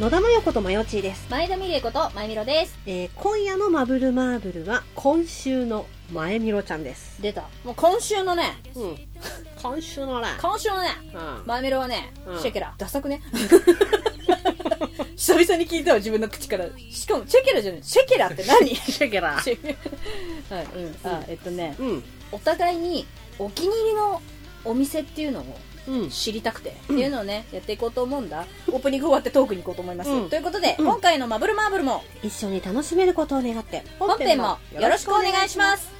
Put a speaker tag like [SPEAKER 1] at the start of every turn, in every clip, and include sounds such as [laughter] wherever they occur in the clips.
[SPEAKER 1] 野田真代子とまよちーです、
[SPEAKER 2] 前田美玲子と前みろです
[SPEAKER 1] えー今夜のマブルマーブルは今週の前みろちゃんです
[SPEAKER 2] 出たもう今週のね
[SPEAKER 1] うん今週のね
[SPEAKER 2] 今週のね
[SPEAKER 1] うん
[SPEAKER 2] 前みろはね、
[SPEAKER 1] うん
[SPEAKER 2] シェケラダサくね [laughs] 久々に聞いたわ自分の口からしかもシェケラじゃないシェケラって [laughs] 何シ
[SPEAKER 1] シェケラ
[SPEAKER 2] ェケラはい、うん、あえっとね
[SPEAKER 1] うん
[SPEAKER 2] お互いにお気に入りのお店っていうのを
[SPEAKER 1] うん
[SPEAKER 2] 知りたくて、っていうのをねやっていこうと思うんだオープニング終わってトークに行こうと思います、
[SPEAKER 1] うん
[SPEAKER 2] ということで、
[SPEAKER 1] うん
[SPEAKER 2] 今回の「マブルマーブル」も
[SPEAKER 1] 一緒に楽しめることを願って
[SPEAKER 2] 本編もよろしくお願いしますす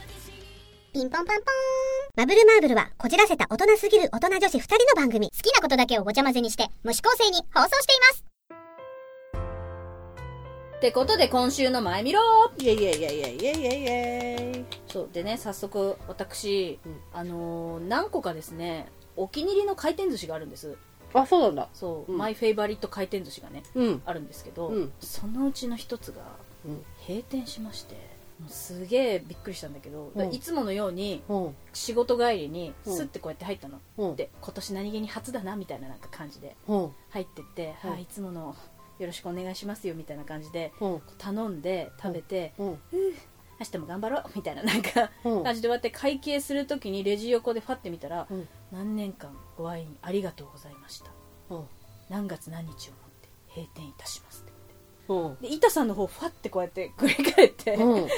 [SPEAKER 3] ピンポンパンポーン。マブルマーブルは、こじらせた大人すぎる大人女子二人の番組。好きなことだけをごちゃ混ぜにして、無視構成に放送しています。
[SPEAKER 2] ってことで今週の「前見ろ」
[SPEAKER 1] イェイイェイイェイイェイイェイイェイイェイ
[SPEAKER 2] そうでね早速私、
[SPEAKER 1] うん
[SPEAKER 2] あのー何個かですねお気に入りの回転寿司があるんです
[SPEAKER 1] あそうなんだ
[SPEAKER 2] そう、
[SPEAKER 1] うん
[SPEAKER 2] マイフェイバリット回転寿司がね
[SPEAKER 1] うん
[SPEAKER 2] あるんですけど、
[SPEAKER 1] うん
[SPEAKER 2] そのうちの一つが
[SPEAKER 1] うん
[SPEAKER 2] 閉店しましてもうすげえびっくりしたんだけど、
[SPEAKER 1] うん
[SPEAKER 2] いつものように
[SPEAKER 1] うん
[SPEAKER 2] 仕事帰りに
[SPEAKER 1] うん
[SPEAKER 2] スッてこうやって入ったの、
[SPEAKER 1] うん
[SPEAKER 2] で今年何気に初だなみたいななんか感じで
[SPEAKER 1] うん
[SPEAKER 2] 入ってって、
[SPEAKER 1] うん
[SPEAKER 2] はいいつものよろしくお願いしますよみたいな感じで
[SPEAKER 1] うん
[SPEAKER 2] 頼んで食べて、
[SPEAKER 1] うん
[SPEAKER 2] 明日も頑張ろうみたいななんか
[SPEAKER 1] うん
[SPEAKER 2] 感じで終わって会計するときにレジ横でファって見たら、
[SPEAKER 1] うん
[SPEAKER 2] 何年間ご愛飲ありがとうございました
[SPEAKER 1] うん
[SPEAKER 2] 何月何日をもって閉店いたしますって
[SPEAKER 1] うん
[SPEAKER 2] で板さんの方ファってこうやって振り返って、 [laughs]
[SPEAKER 1] うん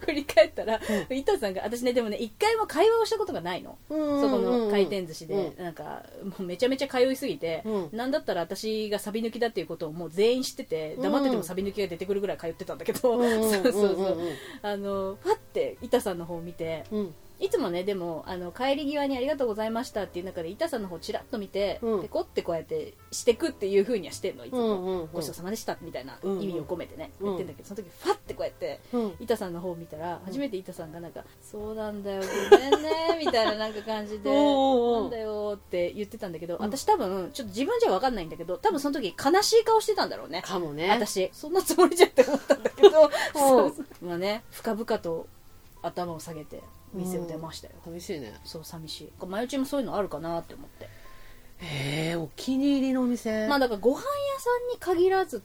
[SPEAKER 2] 振り返ったら、板さんが私ねでもね一回も会話をしたことがないの、そこの回転寿司で、なんかもうめちゃめちゃ通いすぎて、
[SPEAKER 1] うん
[SPEAKER 2] なんだったら私がサビ抜きだっていうことをもう全員知ってて黙っててもサビ抜きが出てくるぐらい通ってたんだけど、 [laughs] そうそうそう,、あのファって板さんの方を見て
[SPEAKER 1] うん
[SPEAKER 2] いつもねでもあの帰り際にありがとうございましたっていう中で板さんの方ちらっと見て、
[SPEAKER 1] うん
[SPEAKER 2] ペコってこうやってしてくっていうふうにはしてんのいつ
[SPEAKER 1] う
[SPEAKER 2] も、
[SPEAKER 1] んうん
[SPEAKER 2] ごちそうさまでしたみたいな意
[SPEAKER 1] うんうん
[SPEAKER 2] 味を込めてね、
[SPEAKER 1] うん
[SPEAKER 2] 言ってんだけどその時ファってこうやって
[SPEAKER 1] うん
[SPEAKER 2] 板さんの方を見たら初めて板さんがなんか「そうなんだよごめんね」みたいななんか感じで
[SPEAKER 1] [laughs] お
[SPEAKER 2] 「
[SPEAKER 1] ーおー
[SPEAKER 2] なんだよ」って言ってたんだけど
[SPEAKER 1] ん
[SPEAKER 2] 私多分ちょっと自分じゃ分かんないんだけど多分その時悲しい顔してたんだろうね
[SPEAKER 1] かもね
[SPEAKER 2] 私そんなつもりじゃって思ったんだ
[SPEAKER 1] [laughs]
[SPEAKER 2] けど
[SPEAKER 1] お
[SPEAKER 2] [laughs] そううそうまあね深々と頭を下げて店を出ましたよ、
[SPEAKER 1] 寂しいね
[SPEAKER 2] そう寂しいマヨチもそういうのあるかなって思って、
[SPEAKER 1] へえお気に入りのお店
[SPEAKER 2] まあだからご飯屋さんに限らず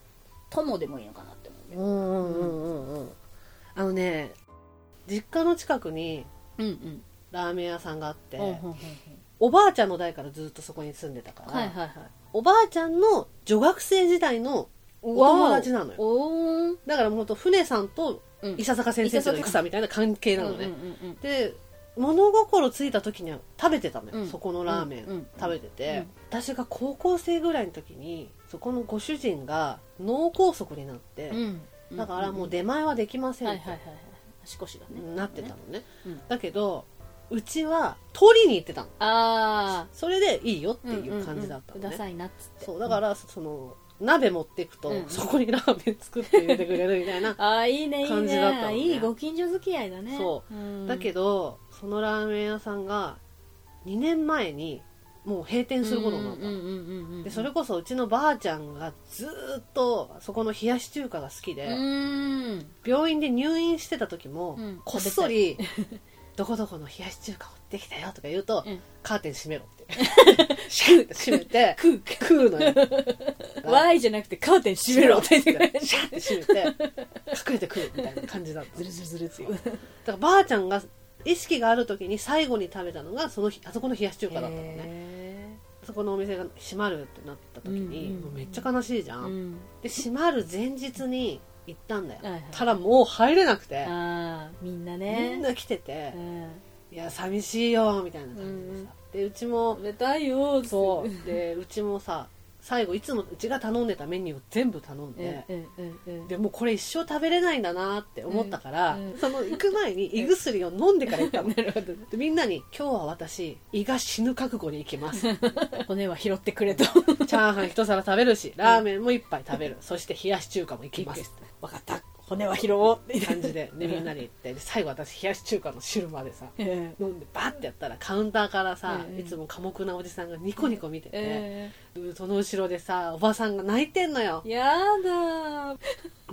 [SPEAKER 2] ともでもいいのかなって
[SPEAKER 1] う
[SPEAKER 2] 思うよ
[SPEAKER 1] んうんうんうんうんあのね実家の近くに
[SPEAKER 2] うんうん
[SPEAKER 1] ラーメン屋さんがあって、
[SPEAKER 2] うんうんうんうん
[SPEAKER 1] おばあちゃんの代からずっとそこに住んでたから、
[SPEAKER 2] はいはいはい
[SPEAKER 1] おばあちゃんの女学生時代のお友達なのよ
[SPEAKER 2] おー
[SPEAKER 1] だからもうほんと船さんと
[SPEAKER 2] うん
[SPEAKER 1] 伊佐坂先生との戦みたいな関係なのね、
[SPEAKER 2] うんうんうんうん
[SPEAKER 1] で物心ついた時には食べてたのよ、
[SPEAKER 2] うん
[SPEAKER 1] そこのラーメン、
[SPEAKER 2] うんうん
[SPEAKER 1] 食べてて、
[SPEAKER 2] うん
[SPEAKER 1] 私が高校生ぐらいの時にそこのご主人が脳梗塞になって、
[SPEAKER 2] うん
[SPEAKER 1] だからもう
[SPEAKER 2] 出
[SPEAKER 1] 出前はできません
[SPEAKER 2] は
[SPEAKER 1] っ
[SPEAKER 2] い
[SPEAKER 1] て
[SPEAKER 2] はいはいはい足腰がね
[SPEAKER 1] なってたのね、
[SPEAKER 2] うん
[SPEAKER 1] だけどうちは取りに行ってたの
[SPEAKER 2] ああ
[SPEAKER 1] それでいいよっていう感じだったのね、
[SPEAKER 2] くださいなっつって
[SPEAKER 1] そうだからその鍋持っていくと、
[SPEAKER 2] うん
[SPEAKER 1] そこにラーメン作って入れてくれるみたい
[SPEAKER 2] [laughs]
[SPEAKER 1] な
[SPEAKER 2] ああいいねいいね
[SPEAKER 1] 感じだったのね
[SPEAKER 2] いいご近所付き合いだね、
[SPEAKER 1] そう
[SPEAKER 2] ん、
[SPEAKER 1] だけどそのラーメン屋さんが2年前にもう閉店することになったの、
[SPEAKER 2] うんうんうんうんうん
[SPEAKER 1] でそれこそうちのばあちゃんがずーっとそこの冷やし中華が好きで、
[SPEAKER 2] うん
[SPEAKER 1] 病院で入院してた時も、
[SPEAKER 2] うん
[SPEAKER 1] こっそり「 [laughs] どこどこの冷やし中華持ってきたよ」とか言うと、
[SPEAKER 2] うん
[SPEAKER 1] カーテン閉めろ」って「シュッて閉めて
[SPEAKER 2] [laughs] 食
[SPEAKER 1] 食
[SPEAKER 2] う
[SPEAKER 1] う [laughs] のよ
[SPEAKER 2] わーいじゃなくてカーテン閉めろって言って
[SPEAKER 1] シャッて閉めて隠れてくるみたいな感じだった
[SPEAKER 2] ずるずるずるっていう
[SPEAKER 1] だからばあちゃんが意識がある時に最後に食べたのがその日あそこの冷やし中華だったのね
[SPEAKER 2] ね
[SPEAKER 1] そこのお店が閉まるってなった時に、
[SPEAKER 2] うんうんうん
[SPEAKER 1] もうめっちゃ悲しいじゃん、
[SPEAKER 2] うん
[SPEAKER 1] で閉まる前日に行ったんだよ、
[SPEAKER 2] はいはい
[SPEAKER 1] ただもう入れなくて、
[SPEAKER 2] ああみんな
[SPEAKER 1] みん
[SPEAKER 2] ね
[SPEAKER 1] な来てて
[SPEAKER 2] う、ん
[SPEAKER 1] いや寂しいよみたいな感じでさ、でうちも
[SPEAKER 2] 食べたいよ
[SPEAKER 1] そううでうちもさ最後いつもうちが頼んでたメニューを全部頼んで、
[SPEAKER 2] うんうんうんうん
[SPEAKER 1] でもうこれ一生食べれないんだなって思ったから、
[SPEAKER 2] うんうん
[SPEAKER 1] その行く前に胃薬を飲んでから行ったの
[SPEAKER 2] [laughs] なるほど
[SPEAKER 1] でみんなに「今日は私胃が死ぬ覚悟に行きます」
[SPEAKER 2] 骨は拾って
[SPEAKER 1] [laughs]
[SPEAKER 2] くれと
[SPEAKER 1] 「チャーハン一皿食べるしラーメンも一杯食べる、そして冷やし中華も行き
[SPEAKER 2] [laughs]
[SPEAKER 1] ます」
[SPEAKER 2] 分かった骨は拾おうって
[SPEAKER 1] って感じで、ね、みんなに言ってで最後私冷やし中華の汁までさ
[SPEAKER 2] え
[SPEAKER 1] 飲んでバッてやったらカウンターからさ、
[SPEAKER 2] うんうん
[SPEAKER 1] いつも寡黙なおじさんがニコニコ見てて、
[SPEAKER 2] え
[SPEAKER 1] その後ろでさおばさんが泣いてんのよ
[SPEAKER 2] やだ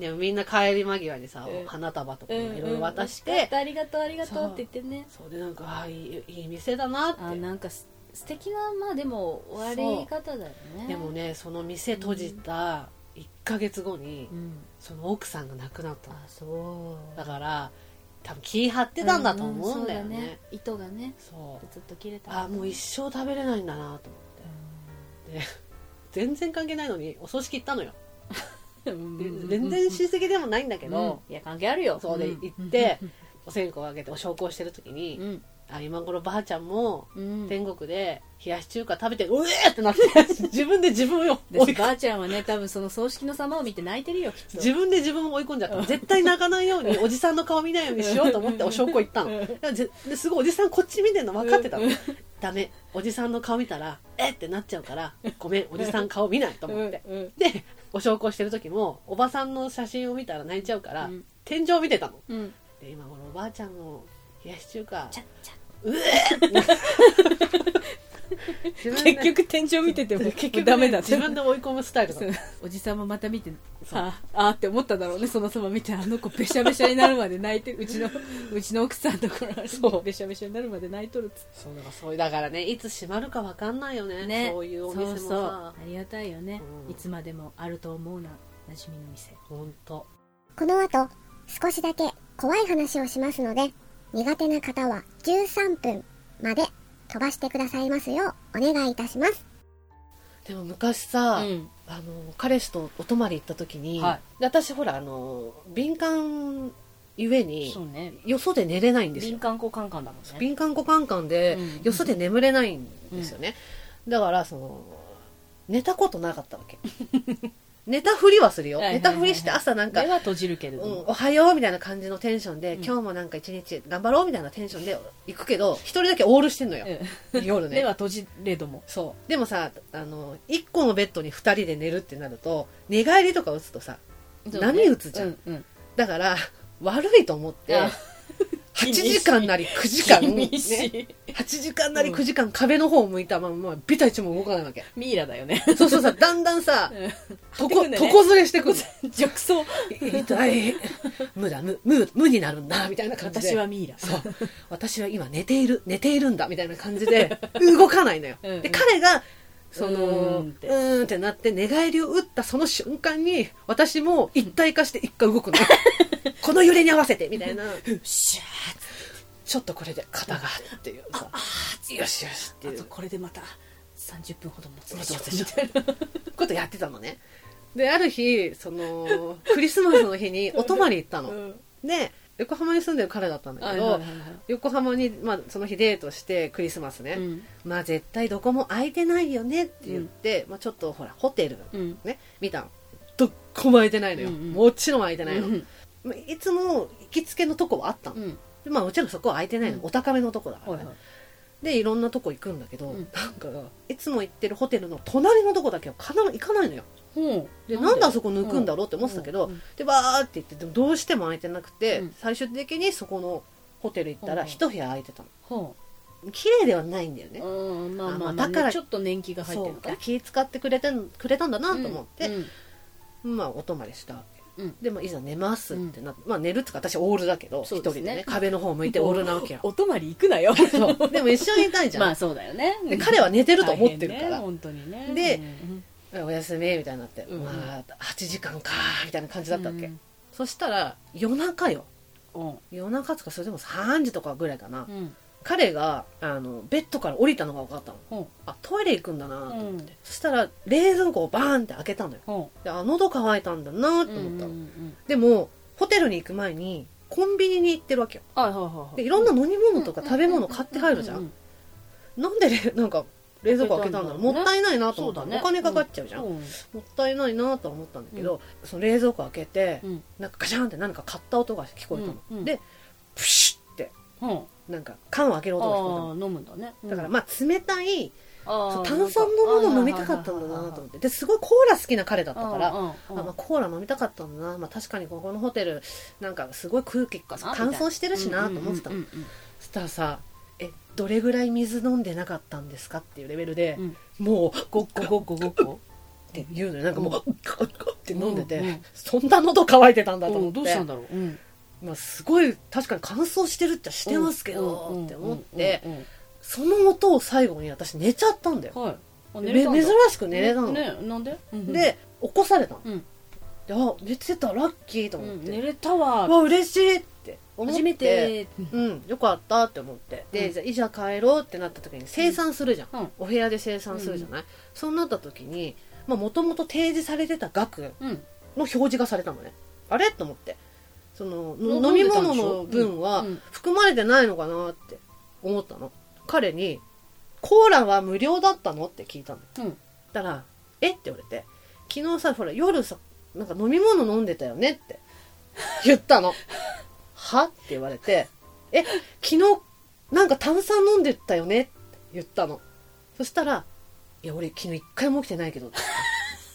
[SPEAKER 1] でもみんな帰り間際にさ、
[SPEAKER 2] うん
[SPEAKER 1] 花束とか
[SPEAKER 2] うん
[SPEAKER 1] いろいろ渡して、
[SPEAKER 2] うん惜かったありがとうありがとうって言ってね
[SPEAKER 1] そうでなんかああいいいい店だなって
[SPEAKER 2] あなんかす素敵なまあでも終わり方だよね
[SPEAKER 1] でもねその店閉じた1ヶ月後に
[SPEAKER 2] うん、
[SPEAKER 1] その奥さんが亡くなったの
[SPEAKER 2] あそう
[SPEAKER 1] だから多分気張ってたんだと思うんだよね,、
[SPEAKER 2] うそう糸がね
[SPEAKER 1] そう
[SPEAKER 2] ずっと切れた
[SPEAKER 1] あもう一生食べれないんだなと思って全然関係ないのにお葬式行ったのよ、
[SPEAKER 2] うん
[SPEAKER 1] で全然親戚でもないんだけど、
[SPEAKER 2] うんいや関係あるよ
[SPEAKER 1] そうで
[SPEAKER 2] ん
[SPEAKER 1] 行ってお線香をあげてお焼香してる時に、
[SPEAKER 2] うん
[SPEAKER 1] あ今頃ばあちゃんも
[SPEAKER 2] うん
[SPEAKER 1] 天国で冷やし中華食べてうえーってなって
[SPEAKER 2] [laughs]
[SPEAKER 1] 自分で自分を追
[SPEAKER 2] で
[SPEAKER 1] い
[SPEAKER 2] ばあちゃんはね多分その葬式の様を見て泣いてるよきっと
[SPEAKER 1] 自分で自分を追い込んじゃった絶対泣かないようにおじさんの顔見ないようにしようと思ってお焼香行ったのだからぜですごいおじさんこっち見てんの分かってたの
[SPEAKER 2] うん
[SPEAKER 1] ダメおじさんの顔見たらえっってなっちゃうからごめんおじさん顔見ないと思って
[SPEAKER 2] うん
[SPEAKER 1] でお焼香してる時もおばさんの写真を見たら泣いちゃうから、
[SPEAKER 2] うん
[SPEAKER 1] 天井見てたの
[SPEAKER 2] うんうん
[SPEAKER 1] で今頃おばあちゃんの冷やし中華
[SPEAKER 2] ちゃっちゃ
[SPEAKER 1] 自分で
[SPEAKER 2] [laughs] 結局天井見てても
[SPEAKER 1] 結
[SPEAKER 2] 結局
[SPEAKER 1] 局ね
[SPEAKER 2] ダメだって
[SPEAKER 1] 自分で追い込むスタイルだ
[SPEAKER 2] そうおじさんもまた見て
[SPEAKER 1] そう
[SPEAKER 2] ああーって思っただろうねその様見てあの子べしゃべしゃになるまで [laughs] 泣いてるうちのうちの奥さんところそうべしゃべしゃになるまで泣いとるっつっ
[SPEAKER 1] そうだからそういうだからねいつ閉まるか分かんないよね
[SPEAKER 2] てね
[SPEAKER 1] そういうお店も
[SPEAKER 2] そうそう
[SPEAKER 1] さ
[SPEAKER 2] ありがたいよね、
[SPEAKER 1] うん
[SPEAKER 2] いつまでもあると思うな馴染みの店
[SPEAKER 1] 本当
[SPEAKER 3] この後、少しだけ怖い話をしますので、苦手な方は13分まで飛ばしてくださいますようお願いいたします。
[SPEAKER 1] でも昔さ、
[SPEAKER 2] うん
[SPEAKER 1] あの彼氏とお泊まり行った時に、
[SPEAKER 2] は
[SPEAKER 1] で私ほらあの敏感ゆえに
[SPEAKER 2] うね
[SPEAKER 1] よそで寝れないんですよ
[SPEAKER 2] 感交換感だもん
[SPEAKER 1] 敏感股カンカンで、
[SPEAKER 2] うん
[SPEAKER 1] よそで眠れないんですよね、だからその寝たことなかったわけ寝たふりはするよ
[SPEAKER 2] はいはいはい
[SPEAKER 1] 寝
[SPEAKER 2] はい
[SPEAKER 1] たふりして朝なんか
[SPEAKER 2] は閉じるけれ
[SPEAKER 1] うん、おはようみたいな感じのテンションで、
[SPEAKER 2] うん
[SPEAKER 1] 今日もなんか一日頑張ろうみたいなテンションで行くけど一人だけオールしてんのよ、夜ね
[SPEAKER 2] 閉じれども
[SPEAKER 1] そうでもさあの1個のベッドに2人で寝るってなると寝返りとか打つとさ波打つじゃん、
[SPEAKER 2] うん
[SPEAKER 1] だから悪いと思って
[SPEAKER 2] あ
[SPEAKER 1] 8時間なり9時間、ね、
[SPEAKER 2] 厳しい
[SPEAKER 1] 8時間なり
[SPEAKER 2] うん
[SPEAKER 1] 9時間壁の方を向いたままビタ一も動かないわけ
[SPEAKER 2] ミイラだよね
[SPEAKER 1] そうそうさだんだんさ
[SPEAKER 2] と
[SPEAKER 1] 床床ずれしてくる
[SPEAKER 2] [laughs] 直送
[SPEAKER 1] [laughs] 痛い無だ無無無になるんだみたいな感じで
[SPEAKER 2] [laughs] 私はミイラ
[SPEAKER 1] そう
[SPEAKER 2] [laughs]
[SPEAKER 1] 私は今寝ている寝ているんだみたいな感じ
[SPEAKER 2] [laughs]
[SPEAKER 1] で動かないのよ
[SPEAKER 2] うんうん
[SPEAKER 1] で彼がその
[SPEAKER 2] う
[SPEAKER 1] う
[SPEAKER 2] ーん
[SPEAKER 1] ーん
[SPEAKER 2] って
[SPEAKER 1] ってなって寝返りを打ったその瞬間に私も一体化して一回動くの
[SPEAKER 2] [laughs]
[SPEAKER 1] この揺れに合わせてみたいな
[SPEAKER 2] シャーッ
[SPEAKER 1] ちょっとこれで肩がっていうさよしよしってい
[SPEAKER 2] あと
[SPEAKER 1] う
[SPEAKER 2] これでまた30分ほど持つでしょ
[SPEAKER 1] 持つでしょことやってたのねである日そのクリスマスの日
[SPEAKER 2] [laughs]
[SPEAKER 1] にお泊まり行ったので横浜に住んでる彼だったんだ
[SPEAKER 2] あ
[SPEAKER 1] け
[SPEAKER 2] の
[SPEAKER 1] ど横浜に、まあ、その日デートしてクリスマスね、
[SPEAKER 2] うん
[SPEAKER 1] まあ絶対どこも空いてないよねって言って、まあ、ちょっとほらホテル
[SPEAKER 2] うん
[SPEAKER 1] ね見たのどっこも空いてないのよ、
[SPEAKER 2] うんうん
[SPEAKER 1] もちろん空いて
[SPEAKER 2] う
[SPEAKER 1] ないの、
[SPEAKER 2] ん
[SPEAKER 1] まあいつも行きつけのとこはあったの、
[SPEAKER 2] うん
[SPEAKER 1] でまあもちろんそこは空いてないの、
[SPEAKER 2] うん
[SPEAKER 1] お高めのとこだから、
[SPEAKER 2] はい
[SPEAKER 1] ね
[SPEAKER 2] はい
[SPEAKER 1] でいろんなとこ行くんだけど、
[SPEAKER 2] うん
[SPEAKER 1] なんかいつも行ってるホテルの隣のとこだけは必ず行かないのよ
[SPEAKER 2] ほう
[SPEAKER 1] でなんであそこ抜くんだろうって思ってたけど、
[SPEAKER 2] うん
[SPEAKER 1] でバーって言ってでもどうしても空いてなくて、
[SPEAKER 2] うん
[SPEAKER 1] 最終的にそこのホテル行ったら
[SPEAKER 2] うん
[SPEAKER 1] 一部屋空いてたの
[SPEAKER 2] ほ
[SPEAKER 1] 綺麗ではないんだよね
[SPEAKER 2] う、うんまあまあ
[SPEAKER 1] まあだから
[SPEAKER 2] ちょっと年季が入っ
[SPEAKER 1] そ
[SPEAKER 2] てる
[SPEAKER 1] う
[SPEAKER 2] のか
[SPEAKER 1] 気使ってくれてんくれたんだなと思って、
[SPEAKER 2] うん
[SPEAKER 1] まあお泊まりしたわけ、
[SPEAKER 2] うん
[SPEAKER 1] で、まあ、いざ寝ますってなって、まあ寝るっつうか私オールだけど一、
[SPEAKER 2] そうで
[SPEAKER 1] 人
[SPEAKER 2] すね
[SPEAKER 1] でね壁の方向いてオールなわけ
[SPEAKER 2] [laughs]
[SPEAKER 1] よ
[SPEAKER 2] お泊まり行くなよ [laughs]
[SPEAKER 1] そうでも一緒にいたいじゃん、
[SPEAKER 2] まあそうだよね
[SPEAKER 1] で彼は寝てると思ってるか
[SPEAKER 2] 大変ね
[SPEAKER 1] ら、
[SPEAKER 2] 本当にね
[SPEAKER 1] で
[SPEAKER 2] うん
[SPEAKER 1] おやすみみたいになって、
[SPEAKER 2] うん
[SPEAKER 1] まあ8時間かみたいな感じだったわけ、
[SPEAKER 2] うん
[SPEAKER 1] そしたら夜中よ
[SPEAKER 2] うん
[SPEAKER 1] 夜中っつうかそれでも3時とかぐらいかな、
[SPEAKER 2] うん
[SPEAKER 1] 彼があのベッドから降りたのが分かったの
[SPEAKER 2] ほ
[SPEAKER 1] あトイレ行くんだな
[SPEAKER 2] う
[SPEAKER 1] と
[SPEAKER 2] う
[SPEAKER 1] 思って、
[SPEAKER 2] ん
[SPEAKER 1] そしたら冷蔵庫をバーンって開けたのよ
[SPEAKER 2] ほ
[SPEAKER 1] であ喉乾いたんだな
[SPEAKER 2] う
[SPEAKER 1] と思ったの、
[SPEAKER 2] うんうん
[SPEAKER 1] でもホテルに行く前にコンビニに行ってるわけよ
[SPEAKER 2] うんはいはいはいはい
[SPEAKER 1] でいろんな飲み物とか食べ物買って帰るじゃ
[SPEAKER 2] うん
[SPEAKER 1] なんでれなんか冷蔵庫開けたんだろう
[SPEAKER 2] そうだね
[SPEAKER 1] もったいないなと思った
[SPEAKER 2] そう
[SPEAKER 1] の、
[SPEAKER 2] だね
[SPEAKER 1] お金かかっちゃうじゃん、
[SPEAKER 2] う
[SPEAKER 1] も
[SPEAKER 2] んうん
[SPEAKER 1] ったいないなとは思ったんだけど、その冷蔵庫開けて、
[SPEAKER 2] うん
[SPEAKER 1] なんかガシャンって何か買った音が聞こえたの、
[SPEAKER 2] うんうん
[SPEAKER 1] でプシュって
[SPEAKER 2] うん
[SPEAKER 1] なんか缶を開ける音が聞こえた
[SPEAKER 2] あ
[SPEAKER 1] の
[SPEAKER 2] あ飲むんだね
[SPEAKER 1] だからまあ冷たい
[SPEAKER 2] あ
[SPEAKER 1] そう
[SPEAKER 2] ー
[SPEAKER 1] 炭酸のもの飲みたかったんだなと思ってですごいコーラ好きな彼だったから
[SPEAKER 2] うんうんうん
[SPEAKER 1] あまあ、コーラ飲みたかったんだな、まあ、確かにここのホテルなんかすごい空気が
[SPEAKER 2] な
[SPEAKER 1] 乾燥してるしな
[SPEAKER 2] うん
[SPEAKER 1] と
[SPEAKER 2] うん
[SPEAKER 1] 思ってたの
[SPEAKER 2] うんうん
[SPEAKER 1] そしたらさ「えどれぐらい水飲んでなかったんですか?」っていうレベルで、
[SPEAKER 2] うん
[SPEAKER 1] もう
[SPEAKER 2] ごっこごっこごっこ
[SPEAKER 1] って言うのよなんかもう「ガッガッって飲んでて、
[SPEAKER 2] うんうん
[SPEAKER 1] そんな喉乾いてたんだと思って、
[SPEAKER 2] どうしたんだろううん
[SPEAKER 1] まあ、すごい確かに乾燥してるっちゃしてますけど、
[SPEAKER 2] うん
[SPEAKER 1] って思って、
[SPEAKER 2] うんうんうん
[SPEAKER 1] その音を最後に私寝ちゃったんだよ
[SPEAKER 2] はいあ
[SPEAKER 1] め
[SPEAKER 2] 寝れたんだ
[SPEAKER 1] 珍しく寝れたの、
[SPEAKER 2] ねなんでうんうん
[SPEAKER 1] で起こされたの
[SPEAKER 2] うん
[SPEAKER 1] であ寝てたラッキーと思っ
[SPEAKER 2] 寝
[SPEAKER 1] て、
[SPEAKER 2] れたわ
[SPEAKER 1] うわ嬉しいって思って
[SPEAKER 2] 初めて
[SPEAKER 1] うんよかったって思ってで、
[SPEAKER 2] うん
[SPEAKER 1] じゃあいざ帰ろうってなった時に生産するじゃん、
[SPEAKER 2] うん
[SPEAKER 1] お部屋で生産するじゃない、そうなった時にもともと提示されてた額の
[SPEAKER 2] うん
[SPEAKER 1] 表示がされたのねあれと思ってその
[SPEAKER 2] 飲
[SPEAKER 1] 飲
[SPEAKER 2] んで
[SPEAKER 1] み
[SPEAKER 2] たんでしょ
[SPEAKER 1] 物の分は
[SPEAKER 2] うん
[SPEAKER 1] 含まれてないのかなって思ったの彼に「コーラは無料だったの?」って聞いたの
[SPEAKER 2] うん
[SPEAKER 1] ったら「えっ?」て言われて「昨日さほら夜さなんか飲み物飲んでたよね」って言ったの [laughs] 「は?」って言われて「え昨日なんか炭酸飲んでたよね」って言ったのそしたら「いや俺昨日一回も起きてないけど」って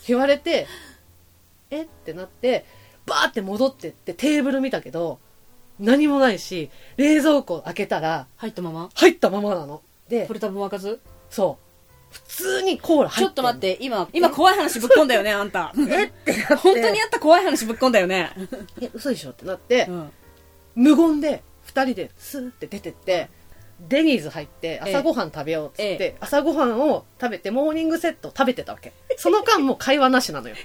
[SPEAKER 1] 言われて「えっ?」てなってバーって戻ってってテーブル見たけど何もないし冷蔵庫開けたら
[SPEAKER 2] 入ったまま
[SPEAKER 1] 入ったままなので
[SPEAKER 2] ポルタブも開かず
[SPEAKER 1] そう普通にコーラ入
[SPEAKER 2] ちょ
[SPEAKER 1] ってんの
[SPEAKER 2] っと待って今今怖い話ぶっこんだよねあんた
[SPEAKER 1] えってなって
[SPEAKER 2] 本当にあった怖い話ぶっこんだよね
[SPEAKER 1] え嘘でしょってなって、
[SPEAKER 2] うん
[SPEAKER 1] 無言で2人でスーって出てってデニーズ入って
[SPEAKER 2] ええ
[SPEAKER 1] 朝ごはん食べようっつって、
[SPEAKER 2] え
[SPEAKER 1] 朝ごはんを食べてモーニングセットを食べてたわけその間もう会話なしなのよ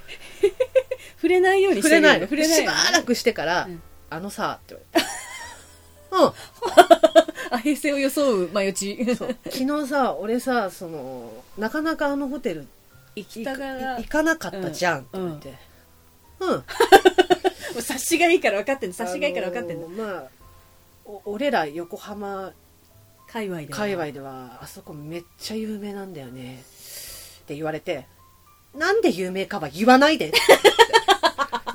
[SPEAKER 2] 触れないようにし
[SPEAKER 1] 触れ
[SPEAKER 2] てるよ
[SPEAKER 1] ないの
[SPEAKER 2] 触れない
[SPEAKER 1] しばらくしてから「
[SPEAKER 2] うん
[SPEAKER 1] あのさ」って言われて
[SPEAKER 2] [laughs]
[SPEAKER 1] 「
[SPEAKER 2] あ平成を装う前打ち
[SPEAKER 1] うん昨日さ俺さそのなかなかあのホテル
[SPEAKER 2] 行き
[SPEAKER 1] 行
[SPEAKER 2] た
[SPEAKER 1] か
[SPEAKER 2] がら
[SPEAKER 1] 行かなかったじゃん」って言って「うん、
[SPEAKER 2] もう察しがいいから分かってんの察しがいいから分かってんの、
[SPEAKER 1] あのまあお俺ら横浜
[SPEAKER 2] 界隈では
[SPEAKER 1] 界隈ではあそこめっちゃ有名なんだよねって言われてなんで有名かは言わないで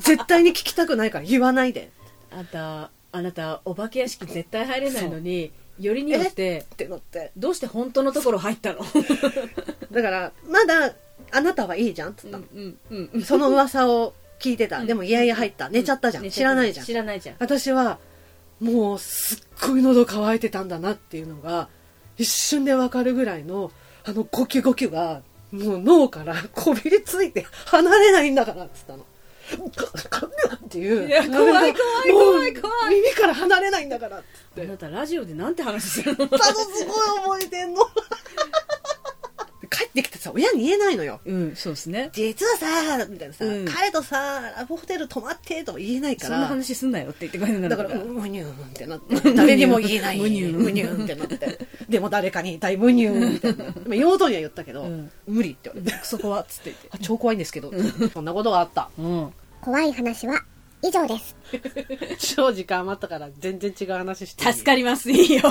[SPEAKER 1] 絶対に聞きたくないから言わないで
[SPEAKER 2] あんたあなたお化け屋敷絶対入れないのによりによって
[SPEAKER 1] ってなって
[SPEAKER 2] どうして本当のところ入ったの
[SPEAKER 1] だからまだあなたはいいじゃんっつっ
[SPEAKER 2] う
[SPEAKER 1] たの
[SPEAKER 2] ん、うんうん
[SPEAKER 1] その噂を聞いてた、
[SPEAKER 2] うん
[SPEAKER 1] でもいやいや入った寝ちゃったじゃん、
[SPEAKER 2] 寝
[SPEAKER 1] 知らないじゃん
[SPEAKER 2] 知らないじゃん
[SPEAKER 1] 私はもうすっごい喉乾いてたんだなっていうのが一瞬でわかるぐらいのあのゴキゴキがもう脳からこびりついて離れないんだからっつったの。っていう
[SPEAKER 2] いや怖い怖い怖い怖
[SPEAKER 1] い耳から離れないんだからっつ
[SPEAKER 2] あ
[SPEAKER 1] って
[SPEAKER 2] なたラジオでなんて話するの
[SPEAKER 1] ただすごい思い出の帰ってきてさ親に言えないのよ
[SPEAKER 2] うんそうですね
[SPEAKER 1] 実はさみたいなさ、
[SPEAKER 2] うん
[SPEAKER 1] 帰るとさラブホテル泊まってとは言えないか
[SPEAKER 2] そん
[SPEAKER 1] ら
[SPEAKER 2] な話すんなよって言ってくれるんだ
[SPEAKER 1] だ
[SPEAKER 2] か
[SPEAKER 1] からら、むにゅーんってな
[SPEAKER 2] [laughs]
[SPEAKER 1] って、誰にも言えない。
[SPEAKER 2] む
[SPEAKER 1] む
[SPEAKER 2] に
[SPEAKER 1] に
[SPEAKER 2] ゅ
[SPEAKER 1] ゅ
[SPEAKER 2] ー
[SPEAKER 1] ー
[SPEAKER 2] ん
[SPEAKER 1] ん。ってなって。でも誰かに言いたい、むにゅーんみたいな。まあ、用途には言ったけど、
[SPEAKER 2] うん
[SPEAKER 1] 無理って言われて。
[SPEAKER 2] [laughs] クソ怖っつって言って
[SPEAKER 1] あ、超怖いんですけど、そんなことがあった。
[SPEAKER 2] うん
[SPEAKER 3] 怖い話は以上です。
[SPEAKER 1] 超時間余ったから全然違う話していい
[SPEAKER 2] 助かりますいいよ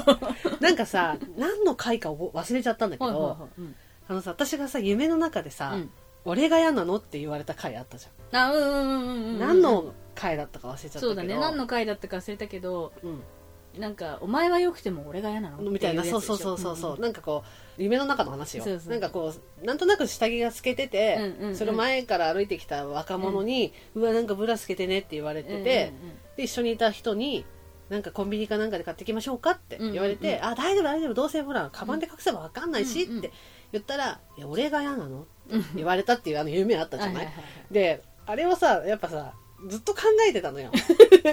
[SPEAKER 1] なんかさ、何の回か覚え忘れちゃったんだけ
[SPEAKER 2] はいはい
[SPEAKER 1] ど
[SPEAKER 2] は、いうん
[SPEAKER 1] あのさ、私がさ、夢の中でさ、
[SPEAKER 2] うん
[SPEAKER 1] 俺が嫌なのって言われた回あったじゃ。
[SPEAKER 2] あうんうんうんうんうんん
[SPEAKER 1] 何の回だったか忘れちゃったけど。
[SPEAKER 2] そうだね何の回だったか忘れたけど
[SPEAKER 1] うん
[SPEAKER 2] なんかお前はよくても俺が嫌なの
[SPEAKER 1] みたいな
[SPEAKER 2] って
[SPEAKER 1] そう
[SPEAKER 2] やつでし
[SPEAKER 1] そ
[SPEAKER 2] ょ
[SPEAKER 1] うそうそうそう、
[SPEAKER 2] ん
[SPEAKER 1] なんかこう夢の中の話よ
[SPEAKER 2] そうそう
[SPEAKER 1] なんかこうなんとなく下着が透けてて、
[SPEAKER 2] うんうんうん
[SPEAKER 1] それを前から歩いてきた若者に、うわなんかブラ透けてねって言われてて、で一緒にいた人になんかコンビニかなんかで買ってきましょうかって言われて、
[SPEAKER 2] うんうんう
[SPEAKER 1] あ大丈夫大丈夫どうせほらカバンで隠せばわかんないしっ
[SPEAKER 2] うんうんうん
[SPEAKER 1] て言ったら「いや俺が嫌なの?」
[SPEAKER 2] うんうん
[SPEAKER 1] 言われたっていうあの夢あったじゃない,、
[SPEAKER 2] はいはいはい
[SPEAKER 1] であれをさやっぱさずっと考えてたのよ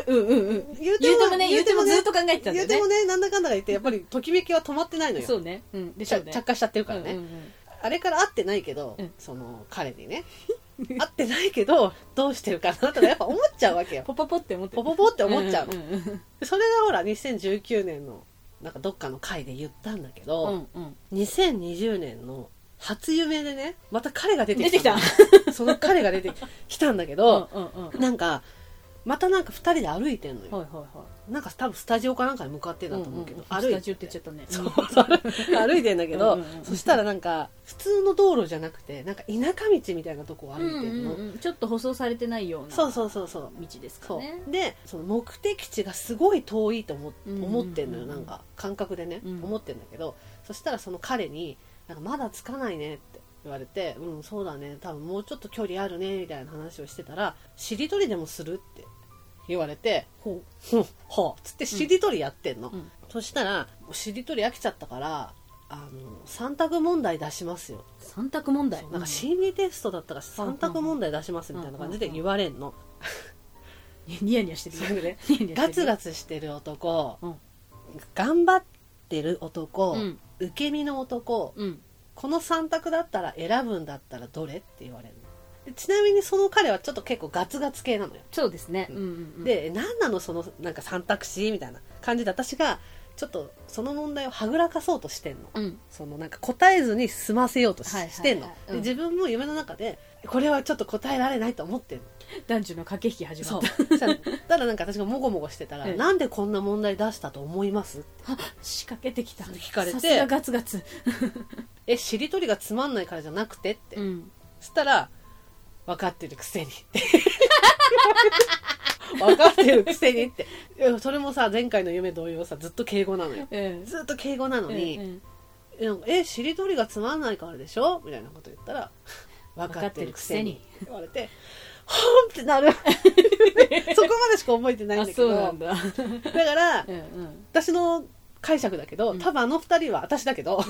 [SPEAKER 2] うんうんうん
[SPEAKER 1] 言
[SPEAKER 2] [laughs] 言うてもね言うてもずっと考えてたんだ
[SPEAKER 1] 言
[SPEAKER 2] よ
[SPEAKER 1] うて
[SPEAKER 2] ね
[SPEAKER 1] もねなんだかんだ言ってやっぱりときめきは止まってないのよ
[SPEAKER 2] そうねうんでし
[SPEAKER 1] ち
[SPEAKER 2] ょ
[SPEAKER 1] ゃ
[SPEAKER 2] うね
[SPEAKER 1] 着火しちゃってるからね、
[SPEAKER 2] うんうんうん
[SPEAKER 1] あれから会ってないけど、
[SPEAKER 2] うん
[SPEAKER 1] その彼に
[SPEAKER 2] [laughs]
[SPEAKER 1] ね会ってないけどどうしてるかなとかやっぱ思っちゃうわけよ
[SPEAKER 2] ポポポって思って
[SPEAKER 1] ポポポって思っちゃうの、
[SPEAKER 2] んうん
[SPEAKER 1] それがほら2019年のなんかどっかの回で言ったんだけ
[SPEAKER 2] う
[SPEAKER 1] ど、
[SPEAKER 2] んうん
[SPEAKER 1] 2020年の初夢でねまた彼が出て
[SPEAKER 2] 出て
[SPEAKER 1] き
[SPEAKER 2] きた
[SPEAKER 1] たの [laughs] その彼が出てきたんだけど、
[SPEAKER 2] うんうんうん
[SPEAKER 1] なんかまたなんか2人で歩いてんのよ、
[SPEAKER 2] はいはいは
[SPEAKER 1] なんか多分スタジオかなんかに向かって
[SPEAKER 2] い
[SPEAKER 1] たと思うけど、
[SPEAKER 2] んん
[SPEAKER 1] 歩
[SPEAKER 2] ス
[SPEAKER 1] い
[SPEAKER 2] タジオって言っちゃったね
[SPEAKER 1] そうそう [laughs] 歩いてんだけど、
[SPEAKER 2] うんうんうん
[SPEAKER 1] そしたらなんか普通の道路じゃなくてなんか田舎道みたいなとこを歩
[SPEAKER 2] う
[SPEAKER 1] い
[SPEAKER 2] ん
[SPEAKER 1] てんの、
[SPEAKER 2] うんうんちょっと舗装されてないような
[SPEAKER 1] そうそうそうそう
[SPEAKER 2] 道ですか
[SPEAKER 1] そう、
[SPEAKER 2] ね
[SPEAKER 1] でその目的地がすごい遠いと思,、
[SPEAKER 2] うん
[SPEAKER 1] 思ってんのよ
[SPEAKER 2] うん
[SPEAKER 1] なんか感覚でね、
[SPEAKER 2] うん
[SPEAKER 1] 思ってんだけどそしたらその彼に「なんかまだ着かないね」って言われて「うんそうだね多分もうちょっと距離あるね」みたいな話をしてたら「しりとりでもする?」って言われて「ほうほうほう」つってしりとりやってんの、
[SPEAKER 2] うん
[SPEAKER 1] そしたら「もうしりとり飽きちゃったからあの三択問題出しますよ」
[SPEAKER 2] 三択問題
[SPEAKER 1] なんか心理テストだったから三択問題出しますみたいな感じで言われんの
[SPEAKER 2] ニヤニヤしてる
[SPEAKER 1] そうね
[SPEAKER 2] ニヤニヤしてる
[SPEAKER 1] ガツガツしてる男、
[SPEAKER 2] うん
[SPEAKER 1] 頑張ってる男、
[SPEAKER 2] うん
[SPEAKER 1] 受け身の男
[SPEAKER 2] うん
[SPEAKER 1] この3択だったら選ぶんだったらどれって言われるのでちなみにその彼はちょっと結構ガツガツ系なのよ。
[SPEAKER 2] そうですね。
[SPEAKER 1] う
[SPEAKER 2] うんんうんうん、
[SPEAKER 1] で、何なのそのなんか三択肢みたいな感じで私がちょっとその問題をはぐらかそうとしてんの。
[SPEAKER 2] うん、
[SPEAKER 1] そのなんか答えずに済ませようとし,、
[SPEAKER 2] はいはいはい
[SPEAKER 1] てんの。
[SPEAKER 2] う
[SPEAKER 1] で
[SPEAKER 2] ん
[SPEAKER 1] 自分も夢の中でこれはちょっと答えられないと思ってんの。
[SPEAKER 2] 男女の駆け引き始ま
[SPEAKER 1] [laughs] そ
[SPEAKER 2] っ
[SPEAKER 1] う
[SPEAKER 2] た。。
[SPEAKER 1] したらなんか私がもごもごしてたら、
[SPEAKER 2] ええ
[SPEAKER 1] なんでこんな問題出したと思います
[SPEAKER 2] 仕掛けてきた。
[SPEAKER 1] 聞かれて
[SPEAKER 2] さすがガツガツ。
[SPEAKER 1] え、しりとりがつまんないからじゃなくてって。
[SPEAKER 2] うん。
[SPEAKER 1] したら、分かってるくせにって。 [laughs] 分かってるくせにって。いやそれもさ、前回の夢同様さ、ずっと敬語なのよ。
[SPEAKER 2] ええ
[SPEAKER 1] ずっと敬語なの
[SPEAKER 2] え
[SPEAKER 1] に、
[SPEAKER 2] え
[SPEAKER 1] えなんかえ、しりとりがつまんないからでしょみたいなこと言ったら、分かってるくせにって言われて、ほんって
[SPEAKER 2] [laughs]
[SPEAKER 1] なる。そこまでしか覚えてないん
[SPEAKER 2] あ、
[SPEAKER 1] だけ
[SPEAKER 2] そ
[SPEAKER 1] ど、
[SPEAKER 2] うな
[SPEAKER 1] だ
[SPEAKER 2] んだ。
[SPEAKER 1] から、
[SPEAKER 2] うんうん
[SPEAKER 1] 私の解釈だけど、
[SPEAKER 2] うん
[SPEAKER 1] 多分あの二人は私だけど、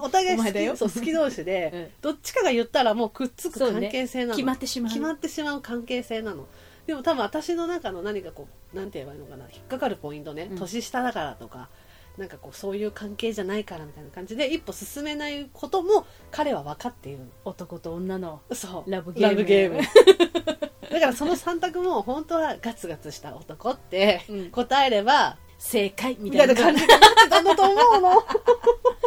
[SPEAKER 1] お互い
[SPEAKER 2] お
[SPEAKER 1] 好
[SPEAKER 2] 前だ
[SPEAKER 1] き
[SPEAKER 2] よ
[SPEAKER 1] そう好き同士で、
[SPEAKER 2] うん
[SPEAKER 1] どっちかが言ったらもうくっつく
[SPEAKER 2] そう
[SPEAKER 1] 関
[SPEAKER 2] ね
[SPEAKER 1] 係性なの、
[SPEAKER 2] 決まってしまう。
[SPEAKER 1] 決まってしまう関係性なのでも多分私の中の何かこうなんて言えばいいのかな引っかかるポイントね、
[SPEAKER 2] うん
[SPEAKER 1] 年下だからとかなんかこうそういう関係じゃないからみたいな感じで一歩進めないことも彼は分かっているの
[SPEAKER 2] 男と女の。
[SPEAKER 1] そう
[SPEAKER 2] ラブゲーム
[SPEAKER 1] ラブゲームだからその3択も本当はガツガツした男って
[SPEAKER 2] うん
[SPEAKER 1] 答えれば
[SPEAKER 2] 正解み
[SPEAKER 1] みた
[SPEAKER 2] たい
[SPEAKER 1] いな
[SPEAKER 2] な
[SPEAKER 1] 感じになってたんだと思うの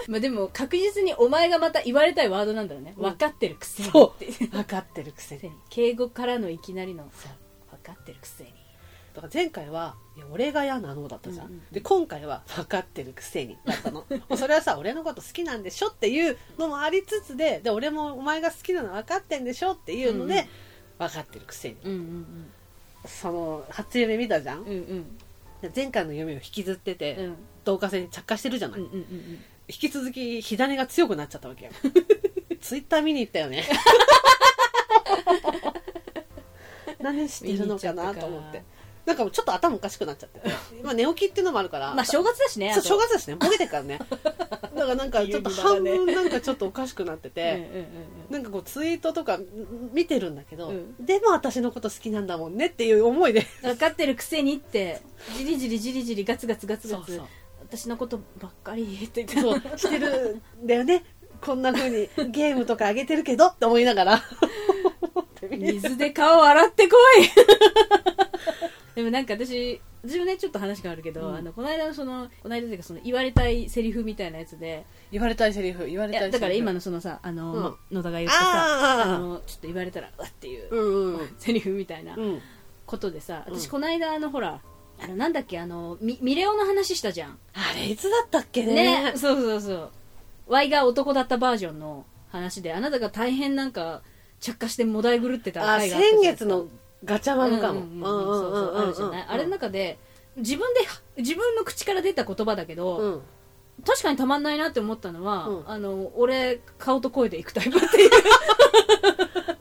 [SPEAKER 2] まあでも確実にお前がまた言われたいワードなんだろうね、
[SPEAKER 1] うん
[SPEAKER 2] 分かってるくせに
[SPEAKER 1] そう
[SPEAKER 2] って
[SPEAKER 1] 分かってるくせに
[SPEAKER 2] 敬語からのいきなりの分かってるくせに
[SPEAKER 1] だから前回はいや俺が嫌なのだったじゃん、
[SPEAKER 2] うんうんうん
[SPEAKER 1] で今回は分かってるくせにだったのもうそれはさ俺のこと好きなんでしょっていうのもありつつでで俺もお前が好きなの分かってんでしょっていうので、
[SPEAKER 2] うんうん
[SPEAKER 1] 分かってるくせに
[SPEAKER 2] うんうん
[SPEAKER 1] その初夢見たじゃん、
[SPEAKER 2] うんうんうん
[SPEAKER 1] で前回の夢を引きずってて、
[SPEAKER 2] うんうん
[SPEAKER 1] 導火線に着火してるじゃない、
[SPEAKER 2] うんうんうん
[SPEAKER 1] 引き続き火種が強くなっちゃったわ [laughs] けよツイッター見に行った [laughs] よね何してるのかなと思ってなんかもうちょっと頭おかしくなっち [laughs] ゃってまあ寝起きっていうのもあるから、
[SPEAKER 2] まあ正月だしね
[SPEAKER 1] そう正
[SPEAKER 2] 月
[SPEAKER 1] 月ですねボケてるからねだからなんかちょっと半分なんかちょっとおかしくなって
[SPEAKER 2] うんうん
[SPEAKER 1] て、なんかこうツイートとかん見てるんだけど、
[SPEAKER 2] うん
[SPEAKER 1] でも私のこと好きなんだもんねっていう思いで
[SPEAKER 2] うん分かってるくせにってじりじりじりじりガツガツガツガツ
[SPEAKER 1] そう
[SPEAKER 2] 私のことばっかりって言って
[SPEAKER 1] そうしてるんだよねこんな風にゲームとかあげてるけどって思いながら
[SPEAKER 2] 水で顔洗ってこい [laughs] でもなんか私私もねちょっと話変わるけど、
[SPEAKER 1] うん
[SPEAKER 2] あのこの間のそのこの間というかその言われたいセリフみたいなやつで
[SPEAKER 1] [laughs] 言われたいセリフ言われ
[SPEAKER 2] い
[SPEAKER 1] たいセ
[SPEAKER 2] や
[SPEAKER 1] リフ
[SPEAKER 2] だから今のそのさあの、
[SPEAKER 1] うん
[SPEAKER 2] の野田が言ったさ
[SPEAKER 1] あー
[SPEAKER 2] あのちょっと言われたらうわっていう、
[SPEAKER 1] うんうん
[SPEAKER 2] セリフみたいな
[SPEAKER 1] うん
[SPEAKER 2] ことでさ
[SPEAKER 1] うん
[SPEAKER 2] 私この間あのほらあのなんだっけあのミミレオの話したじゃん
[SPEAKER 1] あれいつだったっけね
[SPEAKER 2] ねそうそうそうワイが男だったバージョンの話であなたが大変なんか着火してもだい狂ってた
[SPEAKER 1] あ
[SPEAKER 2] 回があったじゃ
[SPEAKER 1] 先
[SPEAKER 2] ん
[SPEAKER 1] 月のガチャマンかも
[SPEAKER 2] うんうんうんそうそうあるじゃないあれの中で自分で自分の口から出た言葉だけど、
[SPEAKER 1] うん
[SPEAKER 2] 確かにたまんないなって思ったのは、
[SPEAKER 1] うん
[SPEAKER 2] あの俺顔と声でいくタイプっていう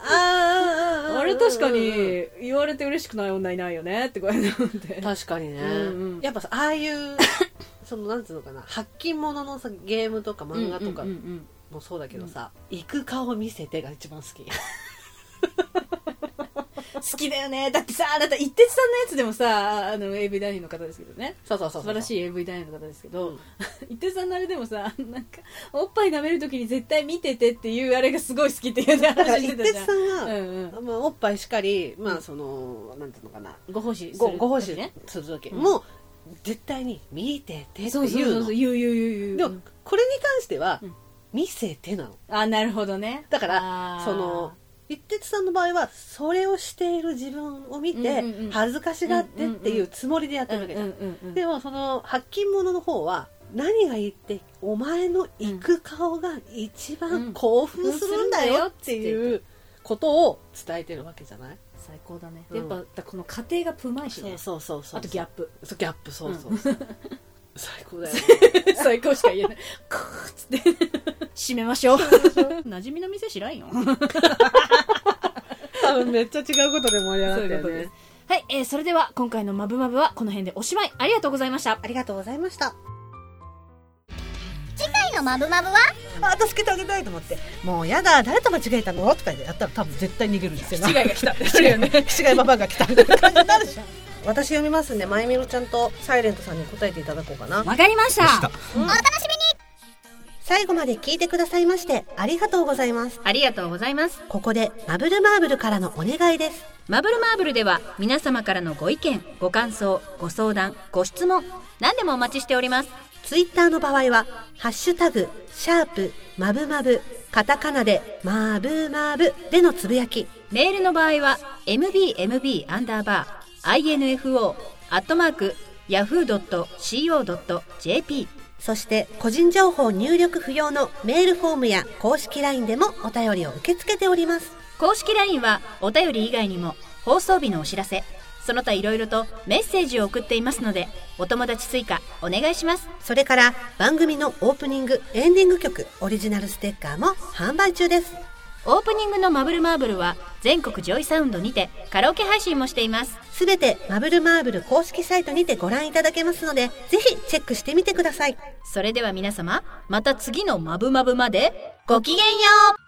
[SPEAKER 1] あ
[SPEAKER 2] [laughs] あれ確かに言われて嬉しくない女いないよねってこうやって思って
[SPEAKER 1] 確かにね、
[SPEAKER 2] うんうん
[SPEAKER 1] やっぱさああいう [laughs] そのなんつうのかな発禁もののさゲームとか漫画とか
[SPEAKER 2] うんうんうん
[SPEAKER 1] もそうだけどさ、行く顔見せてが一番好き
[SPEAKER 2] うん好きだよねだってさあなた一徹さんのやつでもさあの AV 男優の方ですけどね
[SPEAKER 1] [laughs] そうそうそうそう
[SPEAKER 2] 素晴らしい AV 男優の方ですけど、
[SPEAKER 1] うん
[SPEAKER 2] 一徹さんのあれでもさなんかおっぱい舐めるときに絶対見ててっていうあれがすごい好きっていうね
[SPEAKER 1] だから
[SPEAKER 2] 話し
[SPEAKER 1] 一
[SPEAKER 2] て
[SPEAKER 1] 徹
[SPEAKER 2] たじゃん
[SPEAKER 1] さん
[SPEAKER 2] う
[SPEAKER 1] が、
[SPEAKER 2] んうん
[SPEAKER 1] まあ、おっぱいしかりまあそのなんていうのかな
[SPEAKER 2] ご奉仕
[SPEAKER 1] ごご奉仕
[SPEAKER 2] ね
[SPEAKER 1] する時
[SPEAKER 2] うん
[SPEAKER 1] も、絶対に見ててっていうの
[SPEAKER 2] そうそうそうそう言う言う言う言う
[SPEAKER 1] でもこれに関しては、
[SPEAKER 2] うん
[SPEAKER 1] 見せてなの
[SPEAKER 2] あなるほどね
[SPEAKER 1] だから
[SPEAKER 2] あー
[SPEAKER 1] その一徹さんの場合はそれをしている自分を見て
[SPEAKER 2] うんうんうん
[SPEAKER 1] 恥ずかしがってっていうつもりでやってるわけじゃん、
[SPEAKER 2] うんうんうん
[SPEAKER 1] でもその発禁者の方は何が言ってお前の行く顔が一番興奮するんだよっていうことを伝えてるわけじゃない、
[SPEAKER 2] 最高だね、
[SPEAKER 1] うん
[SPEAKER 2] やっぱだこの過程がプまいしね
[SPEAKER 1] そうそうそう
[SPEAKER 2] あとギャップ [laughs]
[SPEAKER 1] そうギャップそうそうそう、 [laughs] 最高だよね
[SPEAKER 2] 最高しか言えないクーッつって締めましょう馴染みの店知らんよ
[SPEAKER 1] [laughs] 多分めっちゃ違うことで盛り上が
[SPEAKER 2] そ
[SPEAKER 1] った
[SPEAKER 2] ういう
[SPEAKER 1] よ
[SPEAKER 2] こと
[SPEAKER 1] ね
[SPEAKER 2] ですはい、えーそれでは今回の「まぶまぶ」はこの辺でおしまいありがとうございました
[SPEAKER 1] ありがとうございました
[SPEAKER 3] 次回のマブマブは
[SPEAKER 1] あ助けてあげたいと思ってもうやだ誰と間違えたのとかやったら多分絶対逃げるんですよな
[SPEAKER 2] が
[SPEAKER 1] [laughs]
[SPEAKER 2] 来た [laughs]
[SPEAKER 1] 違いババアが来たみたいな感じになるじゃん [laughs] 私読みますんでまゆみろちゃんとサイレントさんに答えていただこうかな
[SPEAKER 2] わかりました
[SPEAKER 3] お楽しみに
[SPEAKER 4] 最後まで聞いてくださいましてありがとうございます。
[SPEAKER 2] ありがとうございます。
[SPEAKER 4] ここでマブルマーブルからのお願いです。
[SPEAKER 2] マブルマーブルでは皆様からのご意見、ご感想、ご相談、ご質問、何でもお待ちしております。
[SPEAKER 4] ツイッターの場合は、ハッシュタグ、シャープ、マブマブ、カタカナで、マブマブでのつぶやき、
[SPEAKER 2] メールの場合は mbmb アンダーバー info アットマーク yahoo.co.jp
[SPEAKER 4] そして個人情報入力不要のメールフォームや公式 LINE でもお便りを受け付けております。
[SPEAKER 2] 公式 LINE はお便り以外にも放送日のお知らせその他いろいろとメッセージを送っていますのでお友達追加お願いします
[SPEAKER 4] それから番組のオープニング、エンディング曲、オリジナルステッカーも販売中です。
[SPEAKER 2] オープニングの「マブルマーブル」は全国ジョイサウンドにてカラオケ配信もしています
[SPEAKER 4] すべてマブルマーブル公式サイトにてご覧いただけますので、ぜひチェックしてみてください。
[SPEAKER 2] それでは皆様また次の「マブマブ」までごきげんよう